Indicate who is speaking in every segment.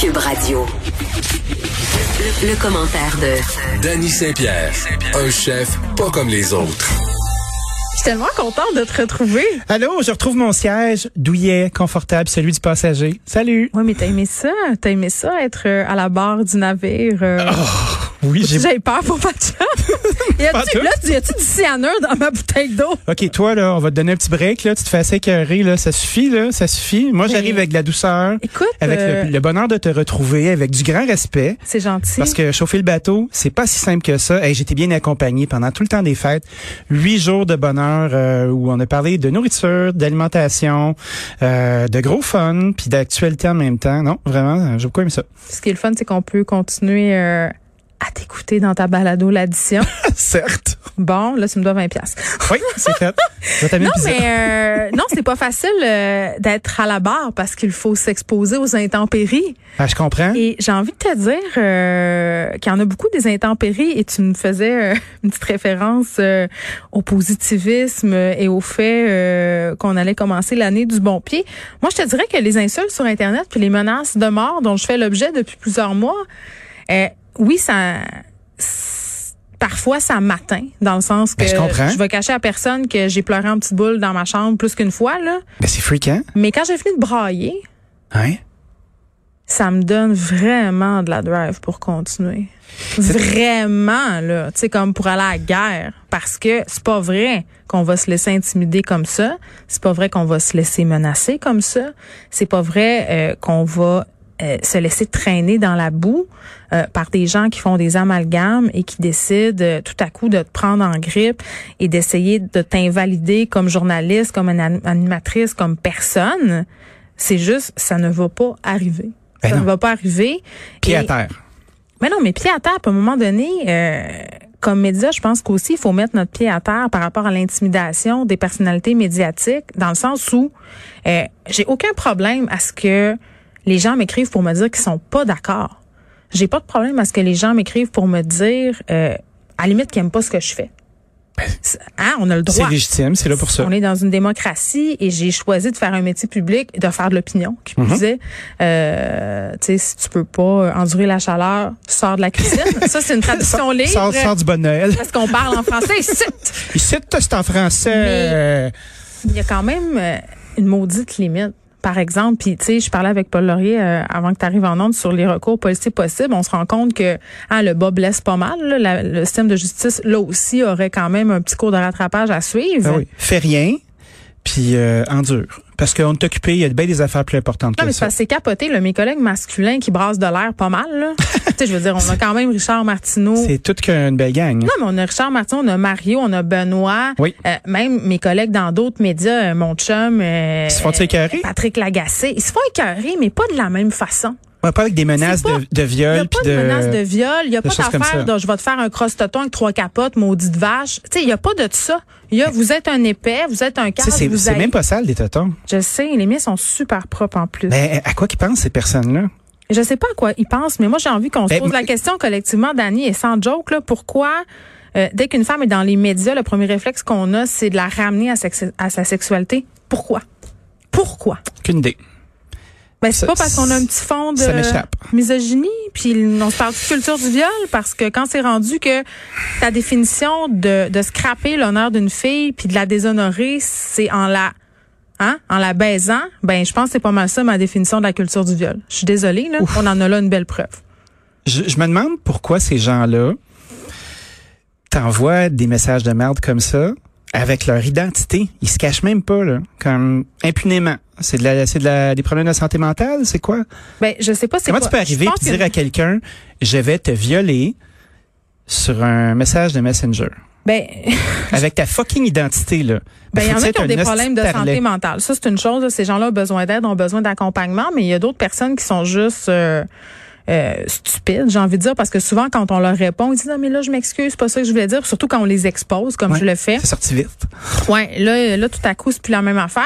Speaker 1: Cube Radio. Le, le commentaire de
Speaker 2: Danny Saint-Pierre, un chef pas comme les autres.
Speaker 3: Je suis tellement contente de te retrouver.
Speaker 4: Allô, je retrouve mon siège douillet, confortable, celui du passager. Salut.
Speaker 3: Oui, mais t'as aimé ça? T'as aimé ça, être euh, à la barre du navire? euh,
Speaker 4: Oui, Ah, j'ai.
Speaker 3: J'avais peur pour pas de chance. Y
Speaker 4: Pas
Speaker 3: a-tu,
Speaker 4: tout.
Speaker 3: là, tu- y a-tu du cyanure dans ma bouteille d'eau?
Speaker 4: Ok, toi là, on va te donner un petit break là. Tu te fais assez écœurer, là, ça suffit là, ça suffit. Moi, j'arrive avec de la douceur,
Speaker 3: Écoute,
Speaker 4: avec le-
Speaker 3: euh,
Speaker 4: le, bonheur de te retrouver, avec du grand respect.
Speaker 3: c'est gentil.
Speaker 4: Parce que chauffer le bateau, c'est pas si simple que ça. Hey, J'étais bien accompagné pendant tout le temps des fêtes. Huit jours de bonheur euh, où on a parlé de nourriture, d'alimentation, euh, de gros fun, puis d'actualité en même temps. Non, vraiment, euh, j'ai beaucoup aimé ça.
Speaker 3: Ce qui est le fun, c'est qu'on peut continuer euh, à t'écouter dans ta balado l'addition.
Speaker 4: Certes.
Speaker 3: bon, là, tu me dois 20 piastres.
Speaker 4: Oui, c'est fait. Je vais t'amener
Speaker 3: Non,
Speaker 4: une pizza.
Speaker 3: mais euh, non, c'est pas facile euh, d'être à la barre parce qu'il faut s'exposer aux intempéries.
Speaker 4: Ah, je comprends.
Speaker 3: Et j'ai envie de te dire euh, qu'il y en a beaucoup des intempéries et tu me faisais euh, une petite référence euh, au positivisme et au fait euh, qu'on allait commencer l'année du bon pied. Moi, je te dirais que les insultes sur Internet puis les menaces de mort dont je fais l'objet depuis plusieurs mois, euh, oui, ça... c'est- Parfois, ça m'atteint, dans le sens que
Speaker 4: Ben, je comprends.
Speaker 3: vais cacher à personne que j'ai pleuré en petite boule dans ma chambre plus qu'une fois, là.
Speaker 4: Ben, c'est fréquent.
Speaker 3: Mais quand j'ai fini de brailler,
Speaker 4: Hein?
Speaker 3: ça me donne vraiment de la drive pour continuer. Vraiment, là. Tu sais, comme pour aller à la guerre. Parce que c'est pas vrai qu'on va se laisser intimider comme ça. C'est pas vrai qu'on va se laisser menacer comme ça. C'est pas vrai euh, qu'on va euh, se laisser traîner dans la boue euh, par des gens qui font des amalgames et qui décident euh, tout à coup de te prendre en grippe et d'essayer de t'invalider comme journaliste, comme une an- animatrice, comme personne. C'est juste, ça ne va pas arriver.
Speaker 4: Ben
Speaker 3: ça
Speaker 4: non.
Speaker 3: ne va pas arriver.
Speaker 4: Pied
Speaker 3: Et-
Speaker 4: à terre.
Speaker 3: Mais non, mais pied à terre, puis à un moment donné, euh, comme média, je pense qu'aussi, il faut mettre notre pied à terre par rapport à l'intimidation des personnalités médiatiques, dans le sens où euh, j'ai aucun problème à ce que les gens m'écrivent pour me dire qu'ils sont pas d'accord. J'ai pas de problème à ce que les gens m'écrivent pour me dire, euh, à la limite, qu'ils aiment pas ce que je fais. C'est- Hein, on a le
Speaker 4: C'est
Speaker 3: droit.
Speaker 4: légitime, c'est là pour ça.
Speaker 3: On est dans une démocratie et j'ai choisi de faire un métier public, de faire de l'opinion. Qui me
Speaker 4: Mhm.
Speaker 3: disait, euh, tu sais, si tu peux pas euh, endurer la chaleur, sors de la cuisine. ça, c'est une traduction libre.
Speaker 4: Sors, sors du bon Noël.
Speaker 3: Parce qu'on parle en français ici.
Speaker 4: Ici, toi, c'est en français. euh,
Speaker 3: Il y a quand même euh, une maudite limite. Par exemple, puis tu sais, je parlais avec Paul Laurier euh, avant que tu arrives en onde sur les recours policiers possibles. On se rend compte que hein, le bas blesse pas mal. là. La- le système de justice, là aussi, aurait quand même un petit cours de rattrapage à suivre.
Speaker 4: ah oui. Fais rien, puis euh, endure. Parce qu'on est occupé, il y a bien des affaires plus importantes
Speaker 3: Non,
Speaker 4: que
Speaker 3: mais c'est
Speaker 4: ça.
Speaker 3: parce que c'est capoté, là, mes collègues masculins qui brassent de l'air pas mal. là. tu sais, je veux dire, on a quand même Richard Martineau.
Speaker 4: C'est toute qu'une belle gang. hein.
Speaker 3: Non, mais on a Richard Martineau, on a Mario, on a Benoît.
Speaker 4: Oui.
Speaker 3: Euh, même mes collègues dans d'autres médias, euh, mon chum. euh,
Speaker 4: Ils se font-tu écœurer?
Speaker 3: Patrick Lagacé. Ils se font écœurer, mais pas de la même façon.
Speaker 4: Ouais, pas avec des menaces
Speaker 3: C'est pas-
Speaker 4: de, de
Speaker 3: Il n'y a
Speaker 4: viol.
Speaker 3: pas
Speaker 4: puis
Speaker 3: de, menace de viol. Il n'y a pas
Speaker 4: choses comme ça.
Speaker 3: d'affaire de je vais te faire un cross-toton avec trois capotes, maudite vache. Tu sais, il n'y a pas de ça. Il y a, vous êtes un épais, vous êtes un
Speaker 4: Tu sais,
Speaker 3: cadre,
Speaker 4: c'est
Speaker 3: vous
Speaker 4: c'est
Speaker 3: haï-
Speaker 4: même pas sale, des tontons.
Speaker 3: Je sais, les miens sont super propres en plus.
Speaker 4: Mais à quoi qu'ils pensent, ces personnes-là?
Speaker 3: Je sais pas à quoi ils pensent, mais moi j'ai envie qu'on se
Speaker 4: Ben,
Speaker 3: pose la
Speaker 4: moi-
Speaker 3: question collectivement, Dani, et sans joke, là, pourquoi euh, dès qu'une femme est dans les médias, le premier réflexe qu'on a, c'est de la ramener à, sexe- à sa sexualité. Pourquoi? Pourquoi?
Speaker 4: Aucune idée.
Speaker 3: Ben, c'est
Speaker 4: Ça-
Speaker 3: pas parce qu'on a un petit fond de
Speaker 4: ça m'échappe.
Speaker 3: misogynie, puis on se parle de culture du viol, parce que quand c'est rendu que ta définition de, de scraper l'honneur d'une fille, puis de la déshonorer, c'est en la hein, en la baisant, ben je pense que c'est pas mal ça ma définition de la culture du viol. Je suis désolée, là, on en a là une belle preuve.
Speaker 4: Je, je me demande pourquoi ces gens-là t'envoient des messages de merde comme ça avec leur identité. Ils se cachent même pas, là, comme impunément. C'est de la, c'est de la, des problèmes de santé mentale, c'est quoi?
Speaker 3: Ben, je sais pas c'est
Speaker 4: Comment
Speaker 3: quoi-
Speaker 4: tu peux arriver
Speaker 3: je
Speaker 4: et
Speaker 3: pense
Speaker 4: dire
Speaker 3: que-
Speaker 4: à quelqu'un, je vais te violer sur un message de Messenger?
Speaker 3: ben,
Speaker 4: Avec ta fucking identité, là.
Speaker 3: ben, il y en
Speaker 4: Faut-tu
Speaker 3: a
Speaker 4: être
Speaker 3: qui ont
Speaker 4: un
Speaker 3: des
Speaker 4: hostie
Speaker 3: problèmes de
Speaker 4: tarlet?
Speaker 3: santé mentale. Ça, c'est une chose. là. Ces gens-là ont besoin d'aide, ont besoin d'accompagnement, mais il y a d'autres personnes qui sont juste euh, euh, stupides, j'ai envie de dire, parce que souvent, quand on leur répond, ils disent, non, mais là, je m'excuse, c'est pas ça que je voulais dire. Surtout quand on les expose, comme
Speaker 4: Ouais.
Speaker 3: je le fais.
Speaker 4: C'est sorti vite.
Speaker 3: Ouais, là, là, tout à coup, c'est plus la même affaire.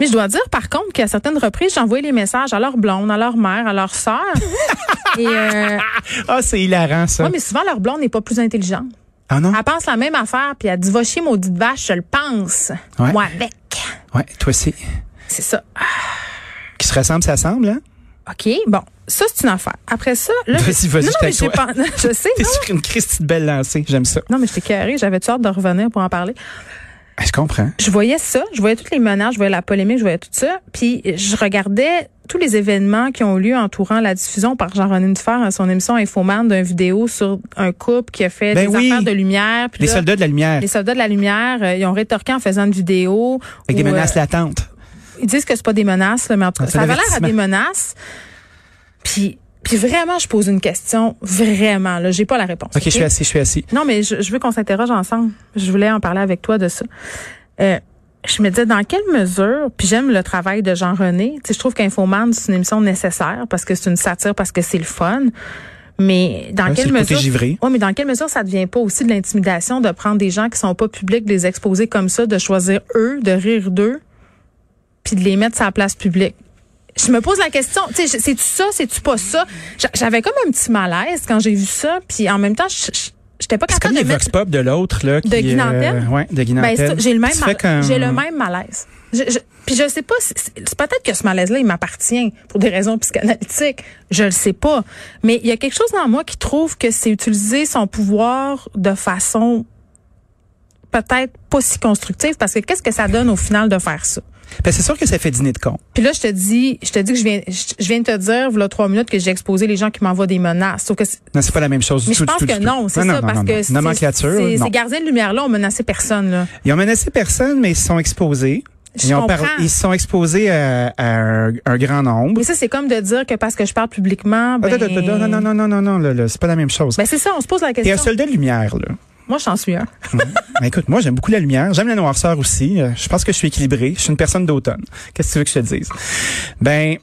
Speaker 3: Mais je dois dire, par contre, qu'à certaines reprises, j'ai envoyé les messages à leur blonde, à leur mère, à leur sœur. Et, euh,
Speaker 4: Ah, c'est hilarant, ça.
Speaker 3: ouais, mais souvent, leur blonde n'est pas plus intelligente.
Speaker 4: Ah non?
Speaker 3: Elle pense la même affaire, puis elle dit, va chier, maudite vache, je le pense.
Speaker 4: Ouais.
Speaker 3: Moi, avec.
Speaker 4: Ouais, toi aussi.
Speaker 3: C'est ça.
Speaker 4: Qui se ressemble, ça semble, hein?
Speaker 3: OK, bon, ça, c'est une affaire. Après ça, là.
Speaker 4: Vas-y, vas-y,
Speaker 3: non, non,
Speaker 4: je
Speaker 3: mais
Speaker 4: t'ai
Speaker 3: j'ai
Speaker 4: toi.
Speaker 3: pas- je sais,
Speaker 4: T'es
Speaker 3: non.
Speaker 4: sur une Christie de belle lancée. J'aime ça.
Speaker 3: Non, mais j'étais carré, j'avais hâte de revenir pour en parler.
Speaker 4: Ah, Je comprends.
Speaker 3: Je voyais ça, je voyais toutes les menaces, je voyais la polémique, je voyais tout ça, puis je regardais tous les événements qui ont eu lieu entourant la diffusion par Jean-René Dufer à son émission Infoman d'une vidéo sur un couple qui a fait
Speaker 4: Ben
Speaker 3: des
Speaker 4: oui.
Speaker 3: affaires de lumière. Puis
Speaker 4: Les
Speaker 3: là,
Speaker 4: soldats de la lumière.
Speaker 3: les soldats de la lumière, euh, ils ont rétorqué en faisant une vidéo.
Speaker 4: Avec des
Speaker 3: où, euh,
Speaker 4: menaces latentes.
Speaker 3: Ils disent que c'est pas des menaces, là, mais en tout cas,
Speaker 4: C'est
Speaker 3: ça
Speaker 4: un
Speaker 3: avait l'air à
Speaker 4: avertissement.
Speaker 3: des menaces. Puis, puis vraiment, je pose une question, vraiment, là, j'ai pas la réponse.
Speaker 4: OK, je suis
Speaker 3: OK?
Speaker 4: assis, je suis assis.
Speaker 3: Non, mais je, je veux qu'on s'interroge ensemble. Je voulais en parler avec toi de ça. Euh, je me disais dans quelle mesure, puis j'aime le travail de Jean-René. Tu sais, je trouve qu'Infoman, c'est une émission nécessaire parce que c'est une satire, parce que c'est le fun. Mais dans
Speaker 4: Ouais, c'est
Speaker 3: quelle
Speaker 4: le côté
Speaker 3: mesure
Speaker 4: givré.
Speaker 3: Ouais, mais dans quelle mesure ça devient pas aussi de l'intimidation de prendre des gens qui sont pas publics, de les exposer comme ça, de choisir eux, de rire d'eux, puis de les mettre sur la place publique. Je me pose la question, tu sais, je- c'est-tu ça, c'est-tu pas ça? J'a- J'avais comme un petit malaise quand j'ai vu ça, puis en même temps, je- je- j'étais pas
Speaker 4: C'est
Speaker 3: capable
Speaker 4: comme
Speaker 3: de
Speaker 4: les
Speaker 3: mettre...
Speaker 4: Vox Pop de l'autre, là. Qui,
Speaker 3: De
Speaker 4: euh,
Speaker 3: Guy Nantel?
Speaker 4: ouais, de Guy
Speaker 3: Ben,
Speaker 4: Nantel.
Speaker 3: ça, j'ai le même
Speaker 4: Tu
Speaker 3: mal-
Speaker 4: fais comme-
Speaker 3: j'ai le même malaise. Je, je, puis je sais pas si- c'est c'est peut-être que ce malaise là il m'appartient pour des raisons psychanalytiques, je le sais pas, mais il y a quelque chose dans moi qui trouve que c'est utiliser son pouvoir de façon peut-être pas si constructive parce que qu'est-ce que ça donne au final de faire ça
Speaker 4: Ben, c'est sûr que ça fait dîner de con.
Speaker 3: puis là je te dis je te dis que je viens je, je viens de te dire voilà trois minutes que j'ai exposé les gens qui m'envoient des menaces sauf que c'est-
Speaker 4: Non, c'est pas la même chose
Speaker 3: mais
Speaker 4: du
Speaker 3: je
Speaker 4: tout.
Speaker 3: pense
Speaker 4: du tout,
Speaker 3: que
Speaker 4: du tout.
Speaker 3: non c'est ça parce
Speaker 4: non,
Speaker 3: que
Speaker 4: non.
Speaker 3: c'est-
Speaker 4: Nomenclature,
Speaker 3: c'est-
Speaker 4: non.
Speaker 3: ces gardiens de lumière là ont menacé personne là
Speaker 4: Ils ont menacé personne, mais ils se sont exposés.
Speaker 3: Je
Speaker 4: ils, ont
Speaker 3: comprends.
Speaker 4: ils se sont exposés à, à un, un grand nombre. Ah,
Speaker 3: Mais ça, c'est comme de dire que parce que je parle publiquement, ben,
Speaker 4: Attends, attends, attends, non, non, non, non, non, non, là, là, c'est pas la même chose.
Speaker 3: Ben, c'est ça, on se pose la
Speaker 4: T'es un
Speaker 3: question.
Speaker 4: soldat de lumière, là.
Speaker 3: Moi, j'en suis un.
Speaker 4: Ben, écoute, moi, j'aime beaucoup la lumière. J'aime la noirceur aussi. Euh, Je pense que je suis équilibré. Je suis une personne d'automne. Qu'est-ce que tu veux que je te dise? Ben,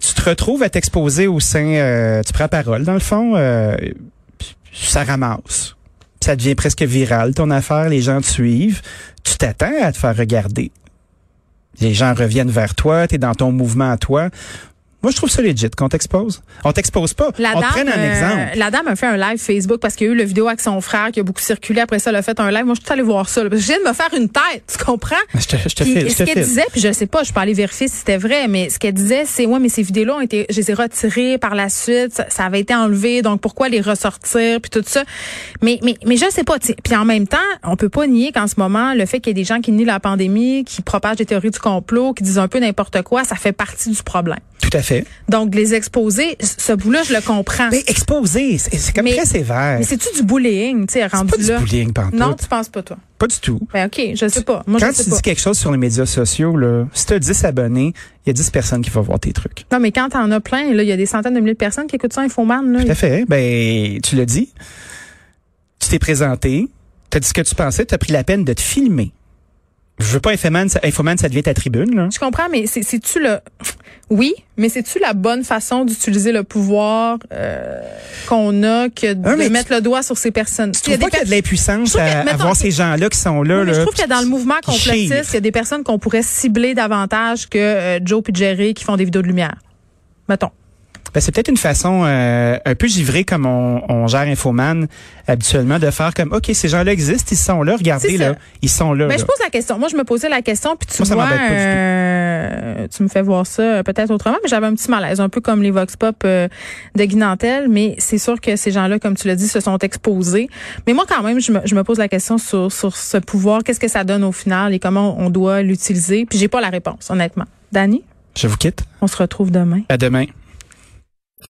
Speaker 4: tu te retrouves à t'exposer au sein... euh, tu prends parole, dans le fond. euh, puis ça ramasse. Puis Ça devient presque viral, ton affaire. Les gens te suivent. Tu t'attends à te faire regarder. Les gens reviennent vers toi. T'es dans ton mouvement à toi. Moi, je trouve ça legit qu'on t'expose. On t'expose pas.
Speaker 3: La
Speaker 4: On
Speaker 3: dame,
Speaker 4: te prenne un
Speaker 3: euh,
Speaker 4: exemple.
Speaker 3: la dame a fait un live Facebook parce qu'il y a eu le vidéo avec son frère qui a beaucoup circulé. Après ça, elle a fait un live. Moi, je suis allée voir ça. là, parce que je viens de me faire une tête. Tu comprends?
Speaker 4: Je te, je te
Speaker 3: Puis,
Speaker 4: file, je
Speaker 3: ce
Speaker 4: te
Speaker 3: qu'elle
Speaker 4: file.
Speaker 3: disait, puis je sais pas, je peux aller vérifier si c'était vrai, mais ce qu'elle disait, c'est ouais, mais ces vidéos-là ont été, je les ai retirées par la suite, ça, ça avait été enlevé, donc pourquoi les ressortir, puis tout ça. Mais mais mais je sais pas. tu sais. Puis en même temps, on peut pas nier qu'en ce moment, le fait qu'il y ait des gens qui nient la pandémie, qui propagent des théories du complot, qui disent un peu n'importe quoi, ça fait partie du problème.
Speaker 4: Tout à fait.
Speaker 3: Donc de les exposer, c- ce bout-là, je le comprends.
Speaker 4: Ben, exposé, c'est c'est comme
Speaker 3: Mais-
Speaker 4: très sévère.
Speaker 3: mais c'est-tu du bullying, tu sais, rendu
Speaker 4: pas du
Speaker 3: là?
Speaker 4: bullying, pantoute.
Speaker 3: Non, tu penses pas, toi.
Speaker 4: Pas du tout.
Speaker 3: Ben, OK, je sais pas. Moi,
Speaker 4: Quand
Speaker 3: je sais
Speaker 4: tu
Speaker 3: pas.
Speaker 4: dis quelque chose sur les médias sociaux, là, si tu as 10 abonnés, il y a 10 personnes qui vont voir tes trucs.
Speaker 3: Non, mais quand t'en as plein, là, il y a des centaines de milliers de personnes qui écoutent ça, Infoman, là.
Speaker 4: Tout à fait. Ben, tu l'as dit. Tu t'es présenté. Tu as dit ce que tu pensais. Tu as pris la peine de te filmer. Je veux pas Infoman, ça, Infoman, ça devient ta tribune, là.
Speaker 3: Je comprends, mais c'est- c'est-tu le... Oui, mais c'est-tu la bonne façon d'utiliser le pouvoir euh, qu'on a que de
Speaker 4: Ah, mais
Speaker 3: mettre le doigt sur ces personnes?
Speaker 4: Tu trouves pas qu'il y a de
Speaker 3: Je
Speaker 4: l'impuissance
Speaker 3: trouve que-
Speaker 4: à, à
Speaker 3: mettons-
Speaker 4: voir ces gens-là qui sont là,
Speaker 3: Oui, mais
Speaker 4: là.
Speaker 3: je trouve que dans le mouvement
Speaker 4: qui
Speaker 3: complotiste,
Speaker 4: chiffrent.
Speaker 3: il y a des personnes qu'on pourrait cibler davantage que euh, Joe et Jerry qui font des vidéos de lumière. Mettons.
Speaker 4: Ben, c'est peut-être une façon euh, un peu givrée comme on, on gère Infoman habituellement de faire comme OK, ces gens-là existent, ils sont là,
Speaker 3: C'est
Speaker 4: regardez
Speaker 3: ça.
Speaker 4: là, ils sont là.
Speaker 3: Mais
Speaker 4: là.
Speaker 3: Ben, je pose la question. Moi, je me posais la question, puis tu
Speaker 4: Moi, ça
Speaker 3: vois,
Speaker 4: m'embête pas du tout.
Speaker 3: euh, tu me fais voir ça euh, peut-être autrement, mais j'avais un petit malaise, un peu comme les vox pop euh, de Guy Nantel, mais c'est sûr que ces gens-là, comme tu l'as dit, se sont exposés. Mais moi, quand même, je me, je me pose la question sur, sur ce pouvoir, qu'est-ce que ça donne au final et comment on doit l'utiliser, puis j'ai pas la réponse, honnêtement. Dani,
Speaker 4: Je vous quitte.
Speaker 3: on se retrouve demain.
Speaker 4: À demain.